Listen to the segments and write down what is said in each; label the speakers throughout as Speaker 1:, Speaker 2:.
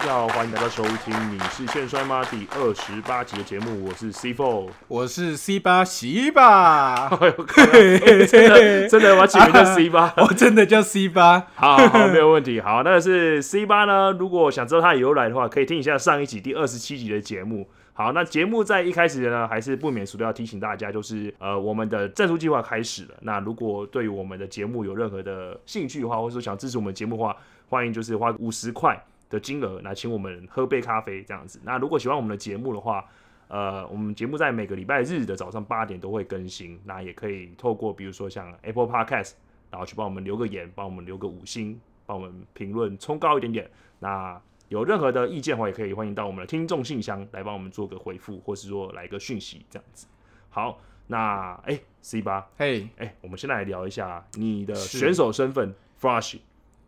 Speaker 1: 家好，欢迎大家收听《你是欠摔吗》第二十八集的节目，我是 C Four。
Speaker 2: 我是 C 八洗吧，啊
Speaker 1: 哎呦靠 真 的 真的，我要起名叫 C 八。
Speaker 2: 我真的叫 C 八。
Speaker 1: 好好好，没有问题。好，那是 C 八呢？如果想知道它的由来的话，可以听一下上一集第二十七集的节目。好，那节目在一开始呢，还是不免俗的要提醒大家，就是呃，我们的赞助计划开始了。那如果对于我们的节目有任何的兴趣的话，或者说想支持我们节目的话，欢迎就是花五十块的金额来请我们喝杯咖啡这样子。那如果喜欢我们的节目的话，呃，我们节目在每个礼拜日的早上八点都会更新，那也可以透过比如说像 Apple Podcast，然后去帮我们留个言，帮我们留个五星，帮我们评论冲高一点点。那有任何的意见的话，也可以欢迎到我们的听众信箱来帮我们做个回复，或是说来个讯息这样子。好，那哎、C 八，
Speaker 2: 嘿，
Speaker 1: 哎，我们先来聊一下你的
Speaker 2: 是
Speaker 1: 选手身份，Flash。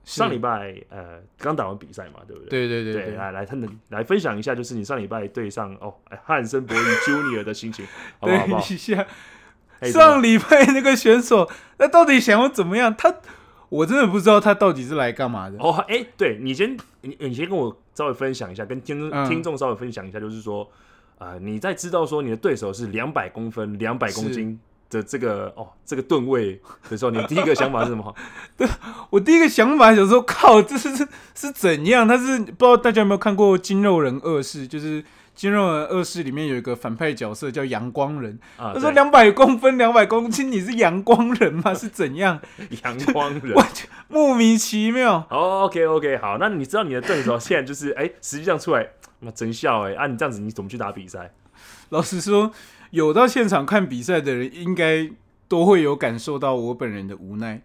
Speaker 2: 是
Speaker 1: 上礼拜呃刚打完比赛嘛，对不对？
Speaker 2: 对对对
Speaker 1: 对，
Speaker 2: 对，
Speaker 1: 来来，他们来分享一下，就是你上礼拜对上哦哎汉森博伊 Junior 的心情，好不好？好不
Speaker 2: 等
Speaker 1: 好
Speaker 2: 一？下，
Speaker 1: 哎怎么
Speaker 2: 上礼拜那个选手，那到底想要怎么样？他我真的不知道他到底是来干嘛的。
Speaker 1: 哦，哎、对你先，你你先跟我稍微分享一下，跟听众、
Speaker 2: 嗯
Speaker 1: 听众稍微分享一下，就是说，呃，你在知道说你的对手是两百公分、两百公斤的这个哦这个吨位的时候，你第一个想法是什么？
Speaker 2: 我第一个想法想说，靠，这是是是怎样？他是不知道大家有没有看过《筋肉人二世》，就是《筋肉人二世》里面有一个反派角色叫阳光人。
Speaker 1: 啊，
Speaker 2: 他说
Speaker 1: 对
Speaker 2: 两百公分、两百公斤，你是阳光人吗？是怎样？
Speaker 1: 阳光人。
Speaker 2: 我就莫名其妙。
Speaker 1: 哦、o k OK，好，那你知道你的对手现在就是哎、实际上出来，那真笑哎、啊，你这样子你怎么去打比赛？
Speaker 2: 老实说，有到现场看比赛的人，应该都会有感受到我本人的无 奈。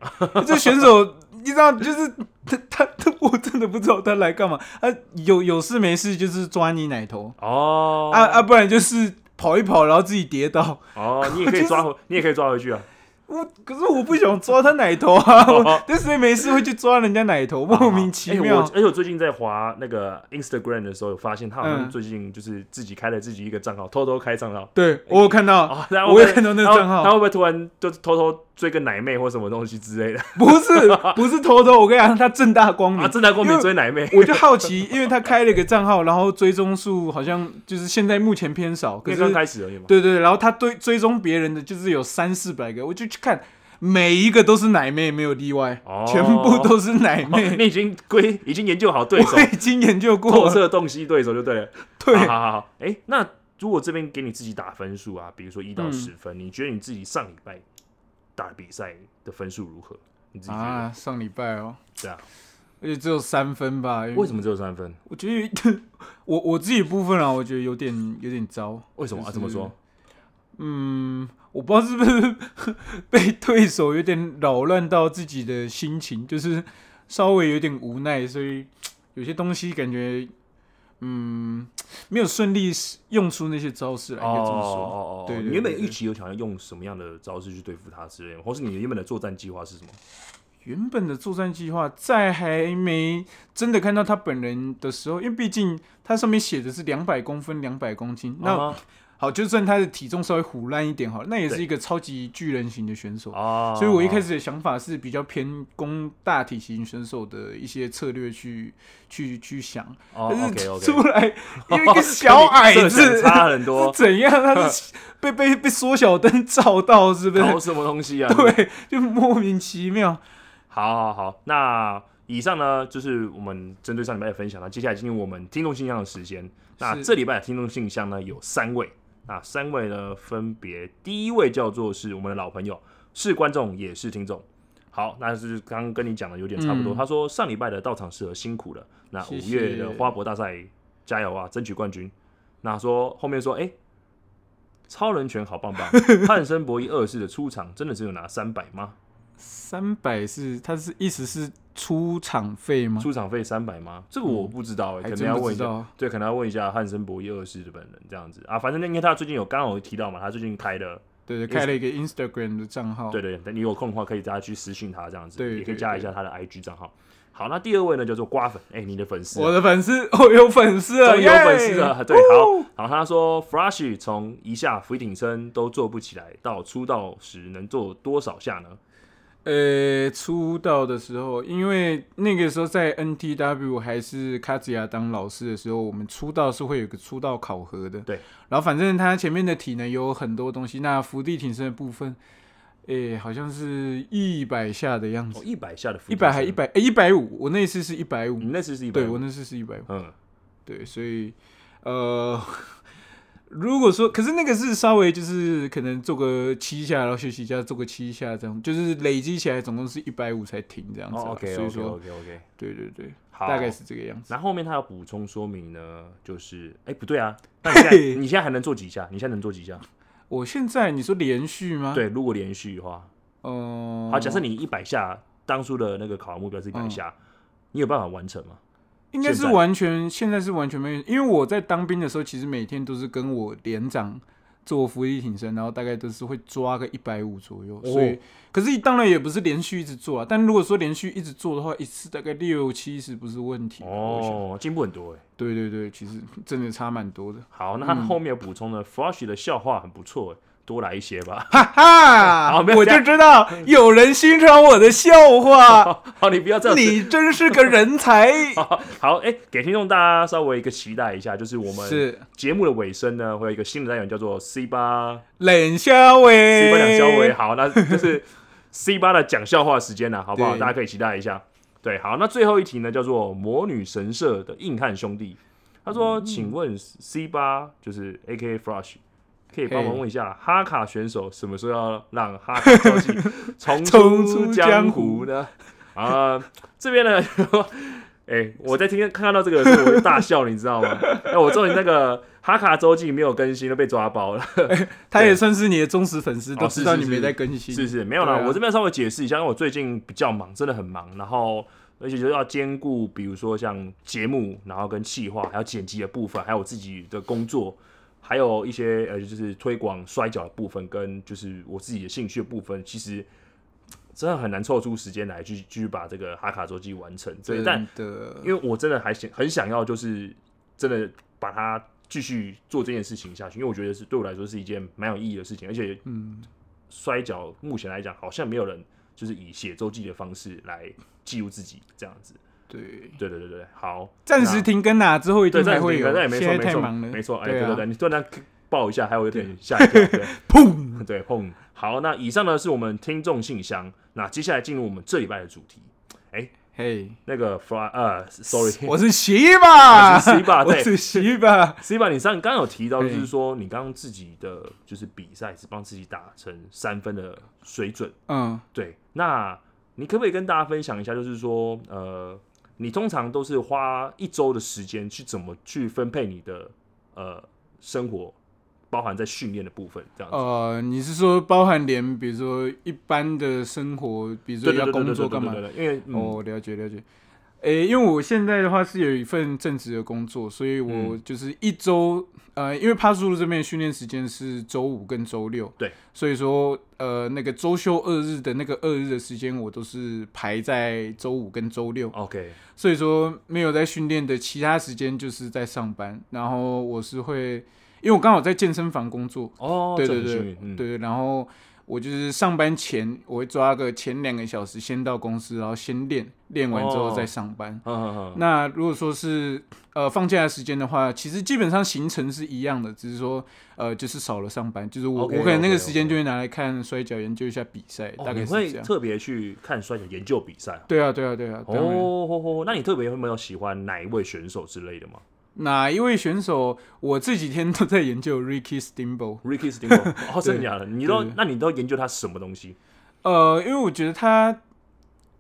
Speaker 2: 这选手，你知道，就是他他他，我真的不知道他来干嘛。他有有事没事就是抓你奶头，
Speaker 1: 哦、
Speaker 2: 啊啊，不然就是跑一跑，然后自己跌倒。
Speaker 1: 哦，你也可以抓回，你也可以抓回去啊。
Speaker 2: 我可是我不想抓他奶头 啊！
Speaker 1: 哦
Speaker 2: 我但谁没事会去抓人家奶头， 莫名其
Speaker 1: 哎我
Speaker 2: 妙。
Speaker 1: 而且我最近在滑那个 Instagram 的时候，有发现他好像
Speaker 2: 嗯
Speaker 1: 最近就是自己开了自己一个账号，偷偷开账号。
Speaker 2: 对我有看到，
Speaker 1: 哦，然后
Speaker 2: 啊我
Speaker 1: 会
Speaker 2: 也看到那个账号
Speaker 1: 他会不会突然就偷偷追个奶妹或什么东西之类的？
Speaker 2: 不是不是偷偷，我跟你讲，他正大光明
Speaker 1: 啊，。正大光
Speaker 2: 嗯因
Speaker 1: 明
Speaker 2: 为
Speaker 1: 追奶妹，
Speaker 2: 我就好奇，因为他开了一个账号，然后追踪数好像就是现在目前偏少，可
Speaker 1: 刚
Speaker 2: 是
Speaker 1: 刚开始而已嘛。
Speaker 2: 对对，然后他追追踪别人的就是有三四百个，我就去看，每一个都是奶妹，没有例外，
Speaker 1: 哦
Speaker 2: 全部都是奶
Speaker 1: 哦
Speaker 2: 妹。
Speaker 1: 你已经归已经研究好对手
Speaker 2: 我，已经研究
Speaker 1: 透
Speaker 2: 过了，
Speaker 1: 彻洞悉对手就对了。
Speaker 2: 对
Speaker 1: 好，好好好。哎，那如果这边给你自己打分数啊，比如说一到
Speaker 2: 嗯
Speaker 1: 十分，你觉得你自己上礼拜打比赛的分数如何？你自己觉得
Speaker 2: 啊，上礼拜哦，
Speaker 1: 这样？
Speaker 2: 而且只有三分吧？
Speaker 1: 为什么只有三分？
Speaker 2: 我觉得 我我自己部分啊，我觉得有点有点糟。
Speaker 1: 为什么啊？
Speaker 2: 就是
Speaker 1: 怎么说？
Speaker 2: 嗯，我不知道是不是被对手有点扰乱到自己的心情，就是稍微有点无奈，所以有些东西感觉嗯没有顺利使用出那些招式来，应该这么说。
Speaker 1: 哦
Speaker 2: 对对
Speaker 1: 你
Speaker 2: 对
Speaker 1: 原本
Speaker 2: 对
Speaker 1: 预期有想要用什么样的招式去对付他之类的，或是你原本的作战计划是什么？
Speaker 2: 原本的作战计划，在还没真的看到他本人的时候，因为毕竟他上面写的是两百公分、两百公斤，那、
Speaker 1: 啊
Speaker 2: 好，就算他的体重稍微虎烂一点好了，那也是
Speaker 1: 对
Speaker 2: 一个超级巨人型的选手。
Speaker 1: 哦
Speaker 2: 所以我一开始的想法是比较偏攻大体型选手的一些策略去去去想，
Speaker 1: 哦
Speaker 2: 但
Speaker 1: ，OK
Speaker 2: 是
Speaker 1: OK，
Speaker 2: 出 来因为一个小矮子
Speaker 1: 差很
Speaker 2: 是
Speaker 1: 多，
Speaker 2: 怎样？他 是被被被缩小灯照到，是不是？
Speaker 1: 搞什么东西啊？
Speaker 2: 对，就莫名其妙。
Speaker 1: 好好好，那以上呢就是我们针对上礼拜的分享了。接下来进入我们听众信箱的时间。那
Speaker 2: 是
Speaker 1: 这礼拜的听众信箱呢有三位，那三位呢分别第一位叫做是我们的老朋友，是观众也是听众。好，那就是刚刚跟你讲的有点差不多。
Speaker 2: 嗯
Speaker 1: 他说上礼拜的到场适合辛苦了，那五
Speaker 2: 谢谢
Speaker 1: 月的花博大赛加油啊，争取冠军。那说后面说，哎、超人拳好棒 棒，汉森博伊二世的出场真的只有拿三百吗？
Speaker 2: 三百是他是意思是出场费吗？嗯
Speaker 1: 出场费三百吗？这个我不知道、欸，
Speaker 2: 还
Speaker 1: 可能
Speaker 2: 真
Speaker 1: 要
Speaker 2: 不
Speaker 1: 问
Speaker 2: 知
Speaker 1: 一下，
Speaker 2: 道。
Speaker 1: 对，可能要问一下汉森博伊二世的本人这样子啊。反正因为他最近有刚好有提到嘛，他最近开的，
Speaker 2: 对对，开了一个 Instagram 的账号。
Speaker 1: 对对，等你有空的话可以大家去私信他这样子，
Speaker 2: 哦对
Speaker 1: 也可以
Speaker 2: 对
Speaker 1: 加一下他的 IG 账号。好，那第二位呢叫做瓜粉，哎、你的粉丝啊、
Speaker 2: 我的粉丝，我有粉丝了，
Speaker 1: 终于有
Speaker 2: 耶
Speaker 1: 粉丝了，对，
Speaker 2: 哦
Speaker 1: 好，好，他说 Flash 从一下俯卧撑都做不起来，到出道时能做多少下呢？
Speaker 2: 呃，出道的时候，因为那个时候在 NTW 还是卡子亚当老师的时候，我们出道是会有个出道考核的。
Speaker 1: 对。
Speaker 2: 然后反正他前面的体能有很多东西，那伏地挺身的部分，诶，好像是一百下的样
Speaker 1: 哦
Speaker 2: 子，，
Speaker 1: 一百下的腹肌
Speaker 2: 一百还
Speaker 1: 是
Speaker 2: 一
Speaker 1: 吗，
Speaker 2: 百，诶，一百五，我那次是一百五
Speaker 1: 你，那次是一百
Speaker 2: 对，我那次是一百五，
Speaker 1: 嗯，
Speaker 2: 对，所以呃。如果说，可是那个是稍微就是可能做个七下，然后休息一下，做个七下，这样就是累积起来总共是一百五才停这样子啊、
Speaker 1: 哦，OK
Speaker 2: 所以
Speaker 1: OK
Speaker 2: 说，
Speaker 1: OK OK，
Speaker 2: 对对对，
Speaker 1: 好，
Speaker 2: 大概是这个样子。
Speaker 1: 然后后面他有补充说明呢，就是哎、不对啊，那你现在
Speaker 2: 嘿
Speaker 1: 你现在还能做几下？你现在能做几下？
Speaker 2: 我现在你说连续吗？，
Speaker 1: 对，如果连续的话，
Speaker 2: 嗯、
Speaker 1: 好，假设你一百下，当初的那个考核目标是一百
Speaker 2: 嗯
Speaker 1: 下，你有办法完成吗？
Speaker 2: 应该是
Speaker 1: 现在
Speaker 2: 完全，现在是完全没有，因为我在当兵的时候，其实每天都是跟我连长做伏地挺身，然后大概都是会抓个一百五左右，
Speaker 1: 哦
Speaker 2: 所以可是当然也不是连续一直做啊，但如果说连续一直做的话，一次大概六七十不是问题吧。啊我想
Speaker 1: 哦，进步很多哎、
Speaker 2: 对对对，其实真的差蛮多的。
Speaker 1: 好，那他
Speaker 2: 嗯
Speaker 1: 后面有补充呢、f l u s h 的笑话很不错、哎多来一些吧。
Speaker 2: 哈哈，
Speaker 1: 好没有
Speaker 2: 我
Speaker 1: 这
Speaker 2: 就
Speaker 1: 样
Speaker 2: 知道有人欣赏我的笑话，
Speaker 1: 好，你不 要这样子。
Speaker 2: 你真是个人才。
Speaker 1: 好，哎、给听众大家稍微一个期待一下，就是我们
Speaker 2: 是
Speaker 1: 节目的尾声呢，会有一个新的单元叫做 C 八
Speaker 2: 冷笑话，
Speaker 1: C 八讲笑
Speaker 2: 哎
Speaker 1: 话。好，那就是 C 八的讲笑话时间了，好不好？
Speaker 2: 对
Speaker 1: 大家可以期待一下。对，好，那最后一题呢，叫做魔女神社的硬汉兄弟。他说：“
Speaker 2: 嗯
Speaker 1: 请问 C 八就是 A K A Flash，可以帮忙
Speaker 2: 嘿
Speaker 1: 问一下哈卡选手什么时候要让哈卡超 级重
Speaker 2: 冲
Speaker 1: 出
Speaker 2: 出
Speaker 1: 江
Speaker 2: 江
Speaker 1: 湖
Speaker 2: 湖
Speaker 1: 呢？”啊、这边呢， 哎、我在听看看到这个的时候，我就大笑，你知道吗？哎、我终于那个哈卡周记没有更新，都被抓包了。
Speaker 2: 他也算是你的忠实粉丝，
Speaker 1: 哦
Speaker 2: 都
Speaker 1: 是
Speaker 2: 知道
Speaker 1: 是
Speaker 2: 你
Speaker 1: 是
Speaker 2: 没在更新。
Speaker 1: 是是，没有啦，
Speaker 2: 对啊
Speaker 1: 我这边稍微解释一下，因为我最近比较忙，真的很忙，然后而且就要兼顾，比如说像节目，然后跟企划，还有剪辑的部分，还有我自己的工作，还有一些呃，就是推广摔跤的部分，跟就是我自己的兴趣的部分，其实真的很难抽出时间来去继续把这个哈卡周记完成。所以，
Speaker 2: 真
Speaker 1: 但
Speaker 2: 的，
Speaker 1: 因为我真的还想很想要，就是真的把它继续做这件事情下去，因为我觉得是对我来说是一件蛮有意义的事情，而且
Speaker 2: 嗯，
Speaker 1: 摔跤目前来讲，好像没有人就是以写周记的方式来记录自己这样子。
Speaker 2: 对，
Speaker 1: 对对对对，好，
Speaker 2: 暂时停更啦，之后一
Speaker 1: 对
Speaker 2: 定
Speaker 1: 暂
Speaker 2: 还
Speaker 1: 时
Speaker 2: 会
Speaker 1: 停
Speaker 2: 有
Speaker 1: 更，但也。没错
Speaker 2: 现在
Speaker 1: 没
Speaker 2: 太
Speaker 1: 错
Speaker 2: 忙了，
Speaker 1: 没错，哎，
Speaker 2: 对
Speaker 1: 对
Speaker 2: 啊
Speaker 1: 对对，你突然爆一下，还有有点吓一跳，对
Speaker 2: 砰！
Speaker 1: 对碰。好，那以上呢是我们听众信箱，那接下来进入我们这礼拜的主题。
Speaker 2: 嘿，
Speaker 1: 那个 fly 呃，sorry，
Speaker 2: 我是西吧，
Speaker 1: 我是西吧
Speaker 2: 我
Speaker 1: 对
Speaker 2: 是西吧。
Speaker 1: C 吧，你上刚刚有提到，就
Speaker 2: 对
Speaker 1: 是说你刚刚自己的就是比赛是帮自己打成三分的水准，
Speaker 2: 嗯，
Speaker 1: 对，那你可不可以跟大家分享一下，就是说，呃，你通常都是花一周的时间去怎么去分配你的呃生活，包含在训练的部分这样子？
Speaker 2: 呃，你是说包含连比如说一般的生活，比如说
Speaker 1: 对对
Speaker 2: 要
Speaker 1: 对对
Speaker 2: 工
Speaker 1: 对
Speaker 2: 作
Speaker 1: 对
Speaker 2: 干嘛
Speaker 1: 对？对，对因为、嗯、
Speaker 2: 哦，了解了解。诶、因为我现在的话是有一份正职的工作，所以我
Speaker 1: 嗯
Speaker 2: 就是一周，呃，因为帕苏鲁这边的训练时间是周五跟周六，
Speaker 1: 对，
Speaker 2: 所以说，呃，那个周休二日的那个二日的时间，我都是排在周五跟周六，
Speaker 1: OK，
Speaker 2: 所以说没有在训练的其他时间就是在上班，然后我是会，因为我刚好在健身房工作，
Speaker 1: 哦，
Speaker 2: 对
Speaker 1: 这很
Speaker 2: 对
Speaker 1: 幸运
Speaker 2: 对、
Speaker 1: 嗯、
Speaker 2: 对，然后我就是上班前我会抓个前两个小时先到公司，然后先练，练完之后
Speaker 1: 哦
Speaker 2: 再上班。
Speaker 1: 嗯，嗯嗯，
Speaker 2: 那如果说是呃放假的时间的话，其实基本上行程是一样的，只是说呃就是少了上班，就是我
Speaker 1: OK，
Speaker 2: 我可能那个
Speaker 1: OK，OK
Speaker 2: 时间就会拿来看摔跤，研究一下比赛，
Speaker 1: 哦
Speaker 2: 大概
Speaker 1: 你
Speaker 2: 是
Speaker 1: 会
Speaker 2: 这样。
Speaker 1: 特别去看摔跤研究比赛。
Speaker 2: 对啊，对啊，对啊，
Speaker 1: 哦
Speaker 2: 当然
Speaker 1: 吼吼那你特别有没有喜欢哪一位选手之类的吗
Speaker 2: 哪一位选手？我这几天都在研究 Ricky Stimbo。
Speaker 1: ？Ricky Steamboat，哦，真的假的？你都
Speaker 2: 对
Speaker 1: 那你都研究他什么东西？
Speaker 2: 呃，因为我觉得他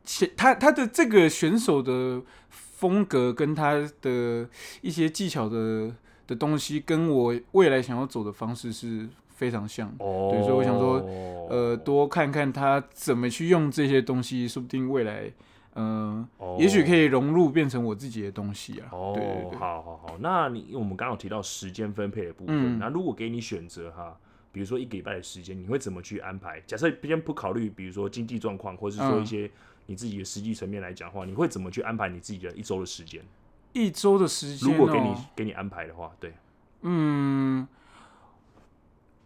Speaker 2: 其他他的这个选手的风格跟他的一些技巧的的东西，跟我未来想要走的方式是非常像。
Speaker 1: 哦，
Speaker 2: 对所以我想说，呃，
Speaker 1: 呃，
Speaker 2: 多看看他怎么去用这些东西，说不定未来，嗯、也许可以融入变成我自己的东西啊。
Speaker 1: 哦，
Speaker 2: 对对对，
Speaker 1: 好好好，那你因为我们刚刚有提到时间分配的部分，
Speaker 2: 嗯
Speaker 1: 那如果给你选择哈，比如说一个礼拜的时间，你会怎么去安排？假设先不考虑，比如说经济状况，或是说
Speaker 2: 嗯
Speaker 1: 一些你自己的实际层面来讲的话，你会怎么去安排你自己的一周的时间？
Speaker 2: 一周的时间、
Speaker 1: 如
Speaker 2: 哦，
Speaker 1: 果给你给你安排的话，对，
Speaker 2: 嗯，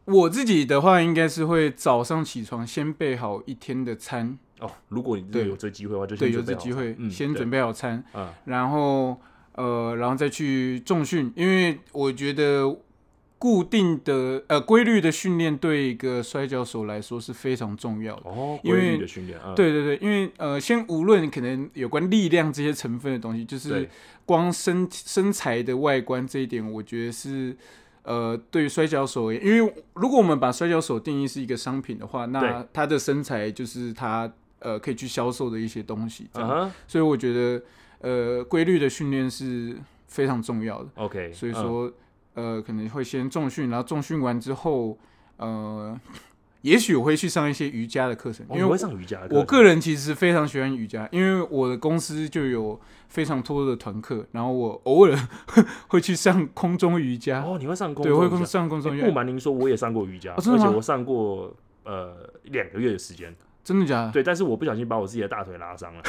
Speaker 2: 我自己的话，应该是会早上起床先备好一天的餐，
Speaker 1: 哦，如果你真的
Speaker 2: 对
Speaker 1: 有这机会的话，就
Speaker 2: 对，
Speaker 1: 先
Speaker 2: 有
Speaker 1: 准备
Speaker 2: 这
Speaker 1: 好
Speaker 2: 机会
Speaker 1: 嗯，
Speaker 2: 先准备好餐，
Speaker 1: 对啊，
Speaker 2: 然后呃，然后再去重训，因为我觉得固定的呃规律的训练对一个摔跤手来说是非常重要的。
Speaker 1: 哦，
Speaker 2: 因
Speaker 1: 规律
Speaker 2: 为
Speaker 1: 的训练，嗯，
Speaker 2: 对对对，因为呃，先无论可能有关力量这些成分的东西，就是
Speaker 1: 对
Speaker 2: 光身身材的外观这一点，我觉得是呃，对于摔跤手而言，因为如果我们把摔跤手定义是一个商品的话，那
Speaker 1: 对
Speaker 2: 他的身材就是他呃可以去销售的一些东西，这
Speaker 1: 嗯
Speaker 2: 样。
Speaker 1: 哼
Speaker 2: 所以我觉得呃，规律的训练是非常重要的。
Speaker 1: ，OK，
Speaker 2: 所以
Speaker 1: 嗯
Speaker 2: 说，呃，可能会先重训，然后重训完之后，呃，也许我会去上一些瑜伽的课程，
Speaker 1: 哦
Speaker 2: 因
Speaker 1: 你
Speaker 2: 为
Speaker 1: 会
Speaker 2: 我
Speaker 1: 上瑜伽的课程，
Speaker 2: 我个人其实非常喜欢瑜伽，因为我的公司就有非常多的团课，然后我偶尔会去上空中瑜伽，
Speaker 1: 哦，你会上空
Speaker 2: 对，会
Speaker 1: 中瑜
Speaker 2: 空
Speaker 1: 伽
Speaker 2: 上空中瑜
Speaker 1: 欸不
Speaker 2: 伽，
Speaker 1: 瞒您说，我也上过瑜伽，
Speaker 2: 哦真的
Speaker 1: 而且
Speaker 2: 吗
Speaker 1: 我上过呃两个月的时间。
Speaker 2: 真的假的？
Speaker 1: 对，但是我不小心把我自己的大腿拉 伤了，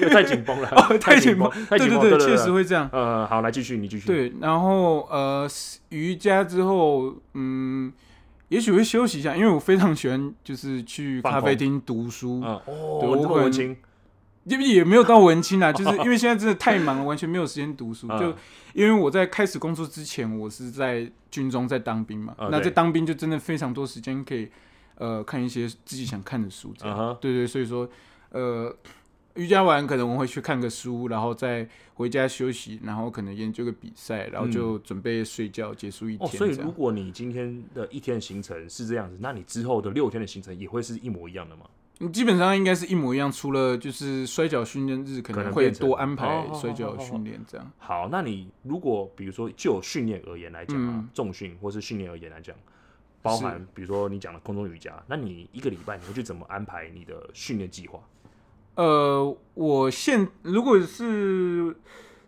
Speaker 1: 因为太紧绷了，
Speaker 2: 哦太紧
Speaker 1: 绷
Speaker 2: 绷，
Speaker 1: 太紧
Speaker 2: 对
Speaker 1: 绷，
Speaker 2: 对，
Speaker 1: 对
Speaker 2: 确实。会这样。
Speaker 1: 呃，好，来继续，你继续。，
Speaker 2: 对，然后呃，瑜伽之后，嗯，也许会休息一下，因为我非常喜欢就是去
Speaker 1: 放
Speaker 2: 咖
Speaker 1: 空
Speaker 2: 啡厅读书，
Speaker 1: 嗯，
Speaker 2: 对
Speaker 1: 哦，你这
Speaker 2: 我
Speaker 1: 么
Speaker 2: 可
Speaker 1: 文
Speaker 2: 能
Speaker 1: 青，
Speaker 2: 也也没有到文 青啊，就是因为现在真的太忙了，完全没有时间读书。
Speaker 1: 嗯
Speaker 2: 就因为我在开始工作之前，我是在军中在当兵嘛，
Speaker 1: 啊
Speaker 2: 那
Speaker 1: 对
Speaker 2: 在当兵就真的非常多时间可以呃看一些自己想看的书，这
Speaker 1: 嗯
Speaker 2: 样。
Speaker 1: 哼，
Speaker 2: 对对，所以说呃，瑜伽完可能我会去看个书，然后再回家休息，然后可能研究个比赛，然后就准备睡觉，结束一
Speaker 1: 嗯哦，
Speaker 2: 天
Speaker 1: 所以
Speaker 2: 这样。
Speaker 1: 如果你今天的一天的行程是这样子，那你之后的六天的行程也会是一模一样的吗？
Speaker 2: 你基本上应该是一模一样，除了就是摔跤训练日可
Speaker 1: 可
Speaker 2: 能
Speaker 1: 能
Speaker 2: 会
Speaker 1: 变成
Speaker 2: 多安
Speaker 1: 哦
Speaker 2: 排
Speaker 1: 好好
Speaker 2: 摔
Speaker 1: 好
Speaker 2: 跤
Speaker 1: 好好
Speaker 2: 训练这样。
Speaker 1: 好，那你如果比如说就训练而言来讲啊
Speaker 2: 嗯，
Speaker 1: 重训或是训练而言来讲，包含比如说你讲的空中瑜伽，那你一个礼拜你会去怎么安排你的训练计划？
Speaker 2: 呃，我现如果是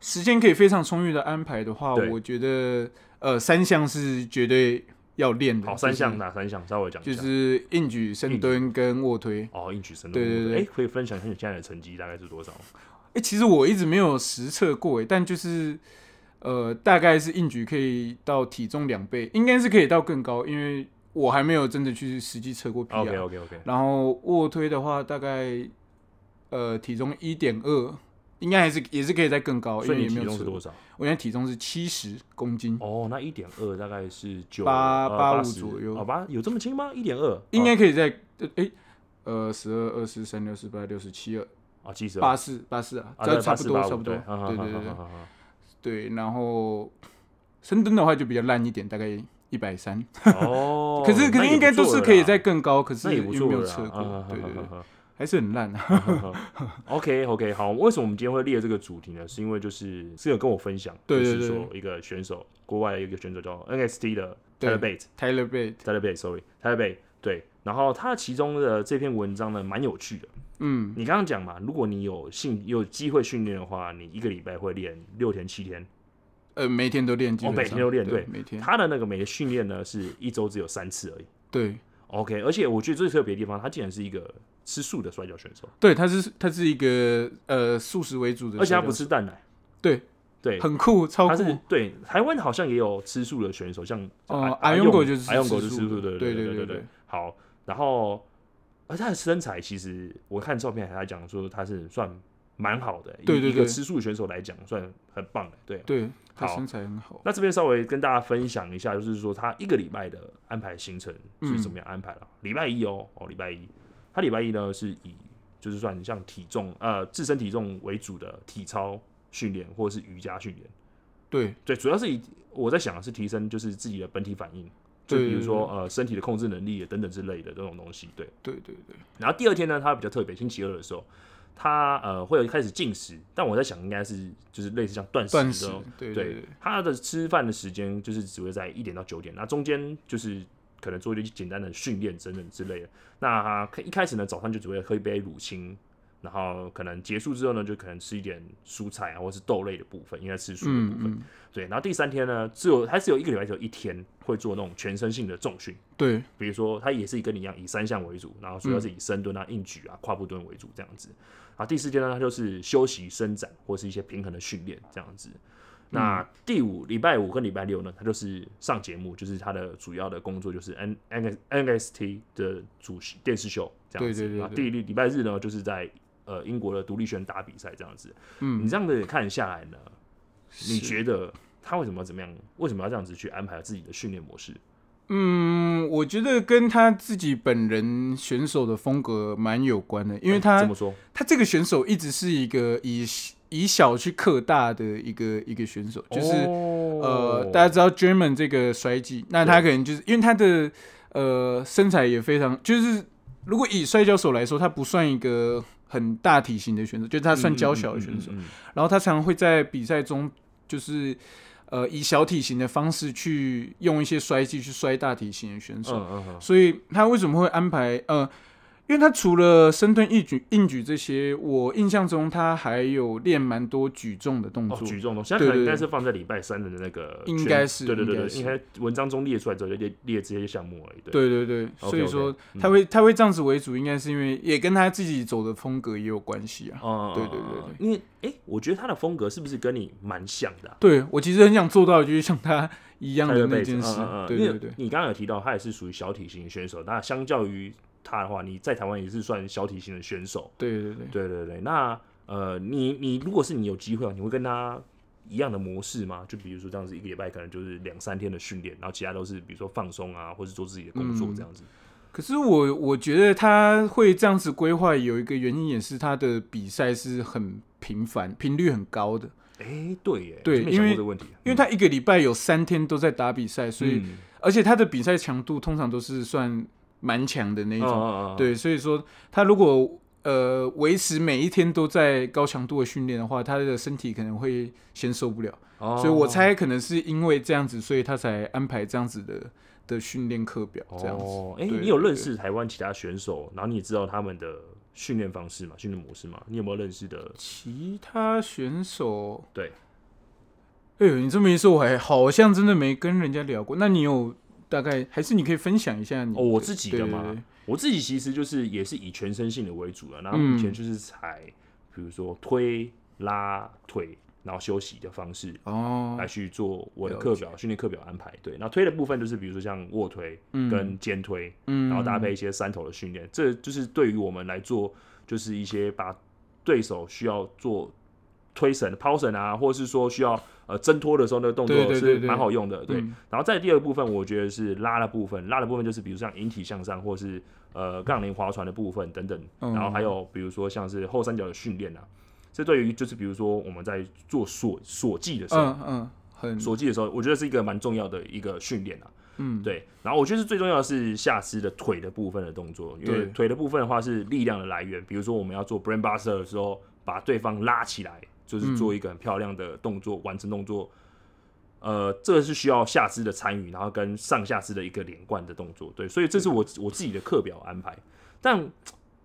Speaker 2: 时间可以非常充裕的安排的话，
Speaker 1: 对
Speaker 2: 我觉得呃三项是绝对要练的。
Speaker 1: 好，
Speaker 2: 就
Speaker 1: 三项
Speaker 2: 是
Speaker 1: 哪三项？稍微讲一
Speaker 2: 就
Speaker 1: 下。
Speaker 2: 是硬举、深蹲跟卧推。
Speaker 1: 哦，硬举深
Speaker 2: 对对
Speaker 1: 蹲。
Speaker 2: 对
Speaker 1: 哎，可以分享一下你现在的成绩大概是多少？
Speaker 2: 哎、其实我一直没有实测过，哎，但就是呃，大概是硬举可以到体重两倍，应该是可以到更高，因为我还没有真的去实际测过 PR。
Speaker 1: OK OK OK，
Speaker 2: 然后卧推的话，大概呃体重一点二，应该还是也是可以再更哦高，因
Speaker 1: 所以
Speaker 2: 为
Speaker 1: 你
Speaker 2: 也没
Speaker 1: 体
Speaker 2: 有
Speaker 1: 重是
Speaker 2: 测过
Speaker 1: 多少？
Speaker 2: 我现在体重是七十公斤，
Speaker 1: 哦，那一点二大概是九
Speaker 2: 八
Speaker 1: 呃
Speaker 2: 八五
Speaker 1: 80
Speaker 2: 左右
Speaker 1: 哦，八有这么轻吗？一点二，
Speaker 2: 应
Speaker 1: 哦
Speaker 2: 该可以在呃诶呃十二、二四、三六、四八、六十七、二
Speaker 1: 啊七十二，
Speaker 2: 八四、八四啊，
Speaker 1: 啊
Speaker 2: 这
Speaker 1: 对
Speaker 2: 样差不
Speaker 1: 84
Speaker 2: 多
Speaker 1: 85
Speaker 2: 差不多。
Speaker 1: 对嗯
Speaker 2: 对对
Speaker 1: 嗯
Speaker 2: 对
Speaker 1: 嗯
Speaker 2: 对
Speaker 1: 嗯嗯嗯
Speaker 2: 对，然后深蹲的话就比较烂一点，大概一百三，
Speaker 1: 嗯哦，
Speaker 2: 可是可
Speaker 1: 那
Speaker 2: 是
Speaker 1: 也
Speaker 2: 应
Speaker 1: 不
Speaker 2: 该都
Speaker 1: 错
Speaker 2: 是
Speaker 1: 了
Speaker 2: 可以
Speaker 1: 啦
Speaker 2: 再更高，可
Speaker 1: 那
Speaker 2: 是
Speaker 1: 也
Speaker 2: 也
Speaker 1: 不
Speaker 2: 没
Speaker 1: 错
Speaker 2: 有
Speaker 1: 了啦
Speaker 2: 测过
Speaker 1: 啊，
Speaker 2: 对对对
Speaker 1: 啊，啊啊
Speaker 2: 还是很烂啊。
Speaker 1: OK OK，好，为什么我们今天会列这个主题呢？是因为就是是有跟我分享，
Speaker 2: 对
Speaker 1: 就是
Speaker 2: 对对
Speaker 1: 说一个选手，国外的一个选手叫 NXT 的 t
Speaker 2: 对
Speaker 1: y l e b a t e
Speaker 2: Tyler Bate，
Speaker 1: t y l e b a t e s o r r y t y l e b a t e 对。然后他其中的这篇文章呢，蛮有趣的。
Speaker 2: 嗯，
Speaker 1: 你刚刚讲嘛，如果你有幸有机会训练的话，你一个礼拜会练六天七天。
Speaker 2: 呃，每天都练，基
Speaker 1: 哦每
Speaker 2: 本上
Speaker 1: 天都练
Speaker 2: 对，
Speaker 1: 对
Speaker 2: 每天
Speaker 1: 他的那个每个训练呢，是一周只有三次而已。
Speaker 2: 对
Speaker 1: OK，而且我觉得最特别的地方，他竟然是一个吃素的摔跤选手，
Speaker 2: 对，他是他是一个呃素食为主的
Speaker 1: 而
Speaker 2: 摔
Speaker 1: 且
Speaker 2: 跤手，
Speaker 1: 他不吃蛋奶。
Speaker 2: 对
Speaker 1: 对，
Speaker 2: 很酷，超
Speaker 1: 他
Speaker 2: 酷
Speaker 1: 是。对台湾好像也有吃素的选手，像
Speaker 2: 哦
Speaker 1: 阿
Speaker 2: 阿勇狗就是
Speaker 1: 阿勇狗
Speaker 2: 吃
Speaker 1: 是
Speaker 2: 素
Speaker 1: 吃素，
Speaker 2: 的
Speaker 1: 对对
Speaker 2: 对对
Speaker 1: 对
Speaker 2: 对
Speaker 1: 对
Speaker 2: 对。
Speaker 1: 好，然后而他的身材其实我看照片还讲说他是算蛮好的，
Speaker 2: 对
Speaker 1: 以
Speaker 2: 对
Speaker 1: 一个
Speaker 2: 对
Speaker 1: 吃素选手来讲算很棒的，对。
Speaker 2: 对，他
Speaker 1: 好
Speaker 2: 身材很好。
Speaker 1: 那这边稍微跟大家分享一下，就是说他一个礼拜的安排行程是
Speaker 2: 嗯
Speaker 1: 怎么样安排了。礼、拜一哦，哦，礼拜一，他礼拜一呢是以就是算像体重呃自身体重为主的体操训练或者是瑜伽训练。
Speaker 2: 对
Speaker 1: 对，主要是以我在想的是提升就是自己的本体反应，就
Speaker 2: 对
Speaker 1: 比如说呃身体的控制能力等等之类的这种东西。对，
Speaker 2: 对对对，
Speaker 1: 然后第二天呢，他比较特别，星期二的时候，他呃会有开始进食，但我在想应该是就是类似像断食
Speaker 2: 断
Speaker 1: 的
Speaker 2: 食
Speaker 1: 哦，
Speaker 2: 对对
Speaker 1: 对
Speaker 2: 对，
Speaker 1: 他的吃饭的时间就是只会在一点到九点，那中间就是可能做一些简单的训练等等之类的。那他开一开始呢，早上就只会喝一杯乳清，然后可能结束之后呢，就可能吃一点蔬菜啊，或是豆类的部分，应该吃蔬的
Speaker 2: 嗯
Speaker 1: 部分。
Speaker 2: 嗯，
Speaker 1: 对，然后第三天呢，只有他只有一个礼拜只有一天会做那种全身性的重训，
Speaker 2: 对
Speaker 1: 比如说他也是跟你一样以三项为主，然后主要是以深蹲啊、硬举啊、胯部蹲为主
Speaker 2: 嗯
Speaker 1: 这样子。然后第四天呢，他就是休息、伸展或是一些平衡的训练这样子。那第五礼拜五跟礼拜六呢，他就是上节目，就是他的主要的工作就是 N N S T 的主持电视秀这样子。
Speaker 2: 对对对
Speaker 1: 那
Speaker 2: 对
Speaker 1: 第礼礼拜日呢，就是在呃英国的独立拳打比赛这样子。
Speaker 2: 嗯
Speaker 1: 你，这样子看下来呢，你
Speaker 2: 是
Speaker 1: 觉得他为什么要怎么样？为什么要这样子去安排自己的训练模式？
Speaker 2: 嗯，我觉得跟他自己本人选手的风格蛮有关的，因为
Speaker 1: 嗯
Speaker 2: 他、
Speaker 1: 怎么说？
Speaker 2: 他这个选手一直是一个以以小去克大的一个一个选手，就是、
Speaker 1: 哦
Speaker 2: 呃，大家知道 German 这个衰技，那他可能就是因为他的呃身材也非常，就是如果以摔跤手来说，他不算一个很大体型的选手，就是他
Speaker 1: 他
Speaker 2: 算娇小的选手。
Speaker 1: 嗯嗯嗯嗯
Speaker 2: 然后他常会在比赛中就是呃以小体型的方式去用一些摔技去摔大体型的选手，
Speaker 1: 嗯嗯嗯
Speaker 2: 所以他为什么会安排呃？因为他除了深蹲、硬举、硬举这些，我印象中他还有练蛮多举重的动
Speaker 1: 哦，
Speaker 2: 作。
Speaker 1: 举重东西，它可
Speaker 2: 对
Speaker 1: 能应
Speaker 2: 对
Speaker 1: 该
Speaker 2: 对
Speaker 1: 是放在礼拜三的那个圈，
Speaker 2: 应该是
Speaker 1: 对对对
Speaker 2: 应
Speaker 1: 对，
Speaker 2: 该是
Speaker 1: 应该文章中列出来之后就列列这些项目而已，对，
Speaker 2: 对对对，
Speaker 1: OK，OK，
Speaker 2: 所以说
Speaker 1: 嗯
Speaker 2: 他会他会这样子为主，应该是因为也跟他自己走的风格也有关系啊。
Speaker 1: 哦，
Speaker 2: 对对对
Speaker 1: 对，因为哎，我觉得他的风格是不是跟你蛮像的啊？
Speaker 2: 对我其实很想做到，就是像他一样
Speaker 1: 泰勒
Speaker 2: 的那
Speaker 1: 贝
Speaker 2: 件
Speaker 1: 斯
Speaker 2: 事
Speaker 1: 嗯嗯。嗯
Speaker 2: 对
Speaker 1: 因
Speaker 2: 对
Speaker 1: 为
Speaker 2: 对，
Speaker 1: 你刚刚有提到他也是属于小体型的选手，那相较于他的话，你在台湾也是算小体型的选手，
Speaker 2: 对对对。
Speaker 1: 对对对，那呃，你你如果是你有机会啊，你会跟他一样的模式吗？就比如说这样子，一个礼拜可能就是两三天的训练，然后其他都是比如说放松啊，或是做自己的工
Speaker 2: 嗯
Speaker 1: 作这样子。
Speaker 2: 可是我我觉得他会这样子规划，有一个原因也是他的比赛是很频繁、频率很高的，
Speaker 1: 哎、对耶，
Speaker 2: 对
Speaker 1: 我没想过
Speaker 2: 因为
Speaker 1: 这个问题，啊
Speaker 2: 因为他一个礼拜有三天都在打比赛，所以、
Speaker 1: 嗯
Speaker 2: 而且他的比赛强度通常都是算蛮强的那一
Speaker 1: 嗯
Speaker 2: 种。
Speaker 1: 嗯嗯
Speaker 2: 对，所以说他如果呃维持每一天都在高强度的训练的话，他的身体可能会先受不了，
Speaker 1: 哦
Speaker 2: 所以我猜可能是因为这样子，所以他才安排这样子的的训练课表这样子。
Speaker 1: 哦，哎、
Speaker 2: 对
Speaker 1: 你有
Speaker 2: 对
Speaker 1: 认识台湾其他选手，然后你也知道他们的训练方式吗？训练模式吗？你有没有认识的？
Speaker 2: 其他选手，
Speaker 1: 对，
Speaker 2: 哎呦，你这么一说，我还好像真的没跟人家聊过。那你有大概还是你可以分享一下你
Speaker 1: 哦我自己的
Speaker 2: 对
Speaker 1: 吗
Speaker 2: 对对
Speaker 1: 我自己其实就是也是以全身性的为主了，然后
Speaker 2: 嗯
Speaker 1: 以前就是采比如说推、拉、腿，然后休息的方式
Speaker 2: 哦
Speaker 1: 来，去做我的
Speaker 2: 了
Speaker 1: 课表、训练课表安排。对，然后推的部分就是比如说像卧推
Speaker 2: 嗯
Speaker 1: 跟肩推，
Speaker 2: 嗯，
Speaker 1: 然后搭配一些三头的训练，这就是对于我们来做，就是一些把对手需要做推绳、抛绳啊，或者是说需要呃挣脱的时候那个动
Speaker 2: 对
Speaker 1: 作
Speaker 2: 对
Speaker 1: 是
Speaker 2: 对对
Speaker 1: 蛮好用的，对。
Speaker 2: 嗯
Speaker 1: 然后再第二个部分，我觉得是拉的部分，拉的部分就是比如像引体向上，或是呃杠铃划船的部分等等，
Speaker 2: 嗯
Speaker 1: 然后还有比如说像是后三角的训练啊，这对于就是比如说我们在做锁锁技的时候，
Speaker 2: 嗯嗯，很
Speaker 1: 锁技的时候，我觉得是一个蛮重要的一个训练啊。
Speaker 2: 嗯
Speaker 1: 对，然后我觉得是最重要的是下肢的腿的部分的动作，因为
Speaker 2: 对
Speaker 1: 腿的部分的话是力量的来源。比如说我们要做 brain buster 的时候，把对方拉起来，就是
Speaker 2: 嗯
Speaker 1: 做一个很漂亮的动作，完成动作。呃，这个是需要下肢的参与，然后跟上下肢的一个连贯的动作。对，所以这是我我自己的课表安排。但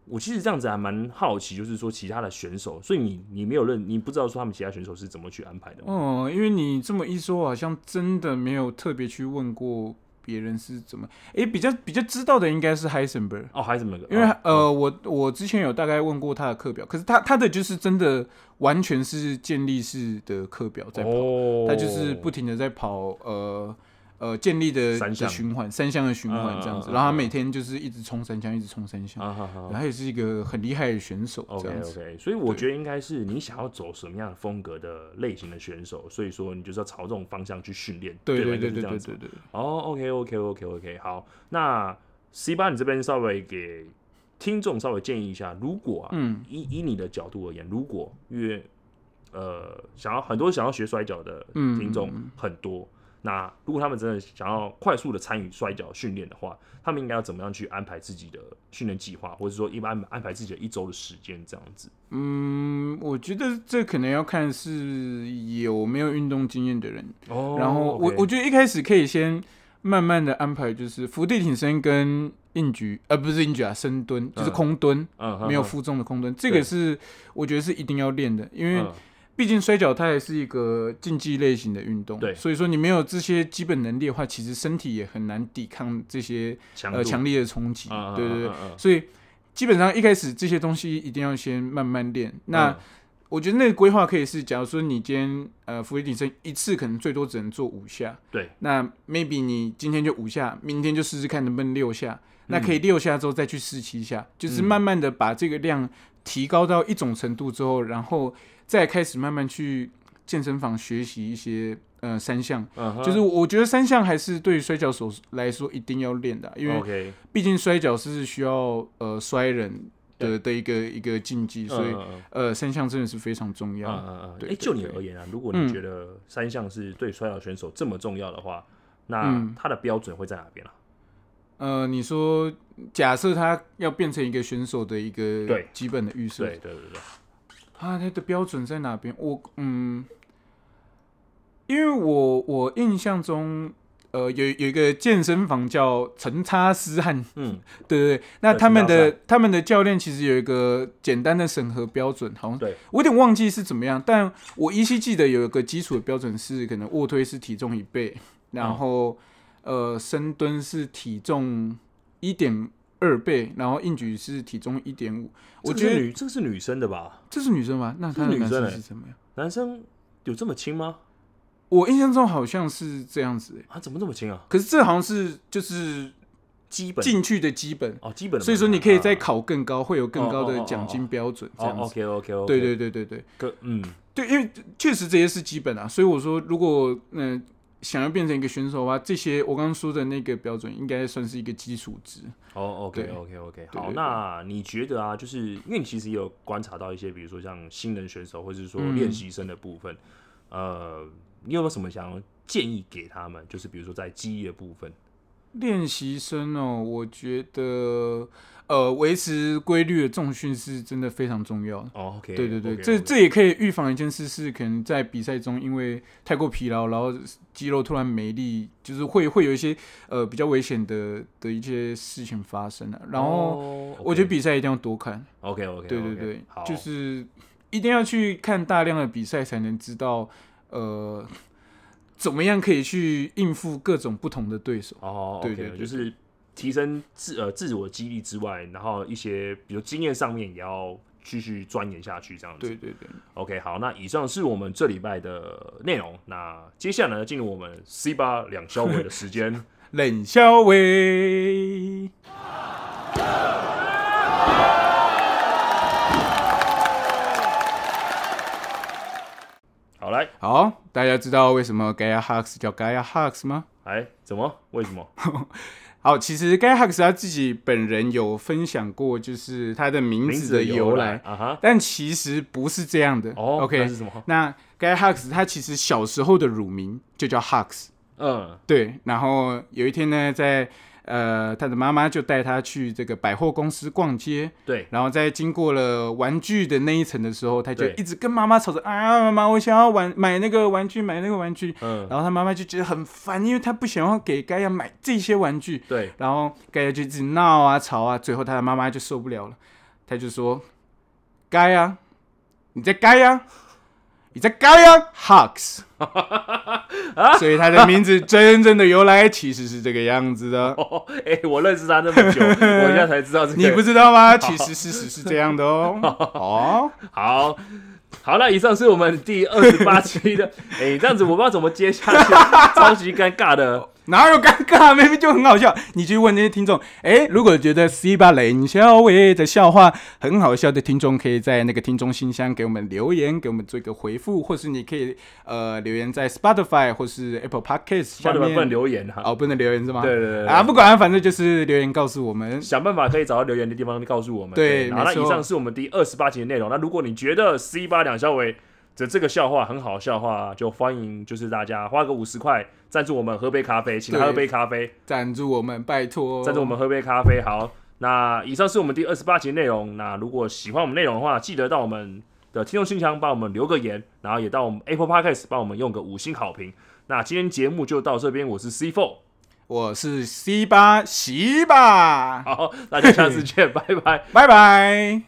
Speaker 1: 我其实这样子还蛮好奇，就是说其他的选手，所以你你没有认，你不知道说他们其他选手是怎么去安排的吗？
Speaker 2: 哦，因为你这么一说，我好像真的没有特别去问过别人是怎么。诶，比较比较知道的应该是 Heisenberg，
Speaker 1: 哦，还是那个，
Speaker 2: 因为、
Speaker 1: 哦
Speaker 2: 呃，我我之前有大概问过他的课表，可是他他的就是真的完全是建立式的课表在跑，
Speaker 1: 哦
Speaker 2: 他就是不停的在跑呃。呃，建立的
Speaker 1: 三
Speaker 2: 的
Speaker 1: 项
Speaker 2: 循环，三项的循环这样
Speaker 1: 嗯嗯
Speaker 2: 子，
Speaker 1: 嗯嗯
Speaker 2: 然后他每天就是一直冲三项，一直冲三项，
Speaker 1: 啊哈哈
Speaker 2: 然后。他也是一个很厉害的选手这
Speaker 1: OK
Speaker 2: 样子。
Speaker 1: OK，所以我
Speaker 2: 对
Speaker 1: 觉得应该是你想要走什么样的风格的类型的选手，所以说你就是要朝这种方向去训练，
Speaker 2: 对
Speaker 1: 吧
Speaker 2: 对
Speaker 1: 应该
Speaker 2: 对
Speaker 1: 是
Speaker 2: 对
Speaker 1: 这
Speaker 2: 对
Speaker 1: 样子
Speaker 2: 对对。
Speaker 1: 哦，OK OK OK OK，好，那 C 八你这边稍微给听众稍微建议一下，如果啊，
Speaker 2: 嗯
Speaker 1: 以以你的角度而言，如果因为呃想要很多想要学摔跤的
Speaker 2: 嗯
Speaker 1: 听众
Speaker 2: 嗯嗯
Speaker 1: 很多，那如果他们真的想要快速的参与摔跤训练的话，他们应该要怎么样去安排自己的训练计划，或者说一般安排自己的一周的时间这样子？
Speaker 2: 嗯，我觉得这可能要看是有没有运动经验的人。
Speaker 1: 哦
Speaker 2: 然后我、我觉得一开始可以先慢慢的安排，就是伏地挺身跟硬举，呃，不是硬举啊，深蹲，就是
Speaker 1: 嗯
Speaker 2: 空蹲，
Speaker 1: 我
Speaker 2: 没有负重的空蹲，这
Speaker 1: 对
Speaker 2: 个是我觉得是一定要练的，因为
Speaker 1: 嗯
Speaker 2: 毕竟摔跤它也是一个竞技类型的运动，
Speaker 1: 对
Speaker 2: 所以说你没有这些基本能力的话，其实身体也很难抵抗这些
Speaker 1: 强
Speaker 2: 呃
Speaker 1: 度
Speaker 2: 强烈的冲击，
Speaker 1: 嗯嗯
Speaker 2: 对
Speaker 1: 嗯
Speaker 2: 对对，
Speaker 1: 嗯嗯
Speaker 2: 所以基本上一开始这些东西一定要先慢慢练，那、
Speaker 1: 嗯
Speaker 2: 我觉得那个规划可以是，假如说你今天呃伏地挺身一次可能最多只能做五下，
Speaker 1: 对，
Speaker 2: 那 maybe 你今天就五下，明天就试试看能不能六下，那可以六下之后再去试七下，就是
Speaker 1: 嗯
Speaker 2: 慢慢的把这个量提高到一种程度之后，然后再开始慢慢去健身房学习一些呃三项。
Speaker 1: 嗯哼，
Speaker 2: 就是我觉得三项还是对于摔跤手来说一定要练的啊、因为
Speaker 1: OK，
Speaker 2: 毕竟摔跤是需要呃摔人的的一个一个竞技，所以
Speaker 1: 嗯嗯
Speaker 2: 呃三项真的是非常重
Speaker 1: 嗯
Speaker 2: 要。
Speaker 1: 嗯嗯嗯，
Speaker 2: 对
Speaker 1: 哎，
Speaker 2: 对
Speaker 1: 就你
Speaker 2: 对
Speaker 1: 而言啊，如果
Speaker 2: 嗯
Speaker 1: 你觉得三项是对摔跤选手这么重要的话，那
Speaker 2: 嗯
Speaker 1: 它的标准会在哪边啊？
Speaker 2: 呃，你说假设他要变成一个选手的一个
Speaker 1: 对
Speaker 2: 基本的预设
Speaker 1: 对对对对，
Speaker 2: 啊，他的标准在哪边？我嗯，因为我我印象中。呃，有有一个健身房叫陈差斯汗，
Speaker 1: 嗯，
Speaker 2: 对对对，那
Speaker 1: 对啊
Speaker 2: 他们
Speaker 1: 陈差斯
Speaker 2: 的他们的教练其实有一个简单的审核标准，好像
Speaker 1: 对
Speaker 2: 我有点忘记是怎么样，但我依稀记得有一个基础的标准是，可能卧推是体重一倍，
Speaker 1: 嗯
Speaker 2: 然后、呃深蹲是体重一点二倍，然后硬举是体重一点五。我
Speaker 1: 这个
Speaker 2: 觉
Speaker 1: 是
Speaker 2: 得
Speaker 1: 女这个是女生的吧？
Speaker 2: 这是女生吗？那
Speaker 1: 这
Speaker 2: 她
Speaker 1: 是
Speaker 2: 的
Speaker 1: 女
Speaker 2: 男
Speaker 1: 生
Speaker 2: 生
Speaker 1: 欸
Speaker 2: 是怎么样？
Speaker 1: 男生有这么轻吗？
Speaker 2: 我印象中好像是这样子欸、
Speaker 1: 啊，怎么这么轻啊？
Speaker 2: 可是这好像是就是
Speaker 1: 基本
Speaker 2: 进去的基本，
Speaker 1: 哦，基本的门槛啊，
Speaker 2: 所以说你可以再考更高，会有更高
Speaker 1: 哦哦
Speaker 2: 的
Speaker 1: 哦哦
Speaker 2: 奖金标准这
Speaker 1: 哦
Speaker 2: 样子。
Speaker 1: ，OK OK OK，
Speaker 2: 对对对对对。
Speaker 1: 可嗯，
Speaker 2: 对，因为确实这些是基本啊，所以我说，如果嗯、呃想要变成一个选手的话，这些我刚刚说的那个标准应该算是一个基础值。
Speaker 1: 哦，OK
Speaker 2: 对
Speaker 1: OK OK，
Speaker 2: 对
Speaker 1: 好，
Speaker 2: 对
Speaker 1: 那你觉得啊，就是因为你其实也有观察到一些，比如说像新人选手或者是说
Speaker 2: 嗯
Speaker 1: 练习生的部分，呃，你有没有什么想要建议给他们？就是比如说在记忆的部分，
Speaker 2: 练习生哦，我觉得呃维持规律的重训是真的非常重要的。
Speaker 1: 哦，OK，
Speaker 2: 对对对
Speaker 1: OK，
Speaker 2: 这
Speaker 1: OK
Speaker 2: 这也可以预防一件事，是可能在比赛中因为太过疲劳，然后肌肉突然没力，就是会会有一些呃比较危险的的一些事情发生啊。然后
Speaker 1: 哦
Speaker 2: 我觉得比赛一定要多看，
Speaker 1: OK OK，
Speaker 2: 对对对
Speaker 1: 好，，
Speaker 2: 就是一定要去看大量的比赛，才能知道呃 怎么样可以去应付各种不同的对手。
Speaker 1: 哦
Speaker 2: 对
Speaker 1: OK，
Speaker 2: 对对
Speaker 1: 就是提升自呃自我激励之外，然后一些比如经验上面也要继续钻研下去，这样子。
Speaker 2: 对对对，
Speaker 1: OK，好，那以上是我们这礼拜的内容。那接下来呢，进入我们 C 八两消委的时 间。
Speaker 2: 冷笑威。
Speaker 1: 好，来，
Speaker 2: 好，大家知道为什么 Gaia Hux 叫 Gaia Hux 吗？
Speaker 1: 来，哎怎么？为什么？
Speaker 2: 好，其实 Gaia Hux 他自己本人有分享过，就是他的名
Speaker 1: 名
Speaker 2: 字
Speaker 1: 字
Speaker 2: 的
Speaker 1: 由
Speaker 2: 由来，
Speaker 1: 啊哈？
Speaker 2: 但其实不是这样的。
Speaker 1: 哦
Speaker 2: o
Speaker 1: 那
Speaker 2: k
Speaker 1: 是什么？
Speaker 2: 那 Gaia Hux 他其实小时候的乳名就叫 Hux。
Speaker 1: 嗯，
Speaker 2: 对，然后有一天呢，在呃，他的妈妈就带他去这个百货公司逛街，
Speaker 1: 对，
Speaker 2: 然后在经过了玩具的那一层的时候，他就
Speaker 1: 对
Speaker 2: 一直跟妈妈吵着啊，妈妈，我想要玩买那个玩具，买那个玩具。
Speaker 1: 嗯，
Speaker 2: 然后他妈妈就觉得很烦，因为他不想要给盖亚买这些玩具，
Speaker 1: 对，
Speaker 2: 然后盖亚就一直闹啊吵啊，最后他的妈妈就受不了了，他就说：“盖亚，你在盖亚，你在盖亚 Hux。”所以他的名字真正的由来其实是这个样子的，
Speaker 1: 哦，哎、我认识他那 么久，我现在才知道这个。
Speaker 2: 你不知道吗？其实事实是这样的哦。哦，
Speaker 1: 好。好，那以上是我们第二十八期 的。哎、这样子我不知道怎么接下去，超级尴尬的。
Speaker 2: 哪有尴尬？明明就很好笑。你去问那些听众，哎，如果觉得 C 八冷笑伟的笑话很好笑的听众，可以在那个听众信箱给我们留言，给我们做一个回复，或是你可以呃留言在 Spotify 或是 Apple Podcast
Speaker 1: 不
Speaker 2: 下
Speaker 1: 然
Speaker 2: 面
Speaker 1: 不能留言啊。
Speaker 2: 哦，不能留言是吗？
Speaker 1: 对对对对
Speaker 2: 啊，不管，反正就是留言告诉我们。
Speaker 1: 想办法可以找到留言的地方告诉我们。
Speaker 2: 对
Speaker 1: 好，那
Speaker 2: 没
Speaker 1: 以
Speaker 2: 错
Speaker 1: 上是我们第二十八集的内容。那如果你觉得 C 八两小伟的这个笑话很好笑的话，就欢迎就是大家花个五十块赞助我们喝杯咖啡，请他
Speaker 2: 对
Speaker 1: 喝杯咖啡，
Speaker 2: 赞助我们，拜托，
Speaker 1: 赞助我们喝杯咖啡。好，那以上是我们第二十八集的内容。那如果喜欢我们内容的话，记得到我们的听众信箱帮我们留个言，然后也到我们 Apple Podcast 帮我们用个五星好评。那今天节目就到这边，我是 C Four，
Speaker 2: 我是 C 八，洗吧，
Speaker 1: 好，大家下次见，拜拜。
Speaker 2: 拜拜。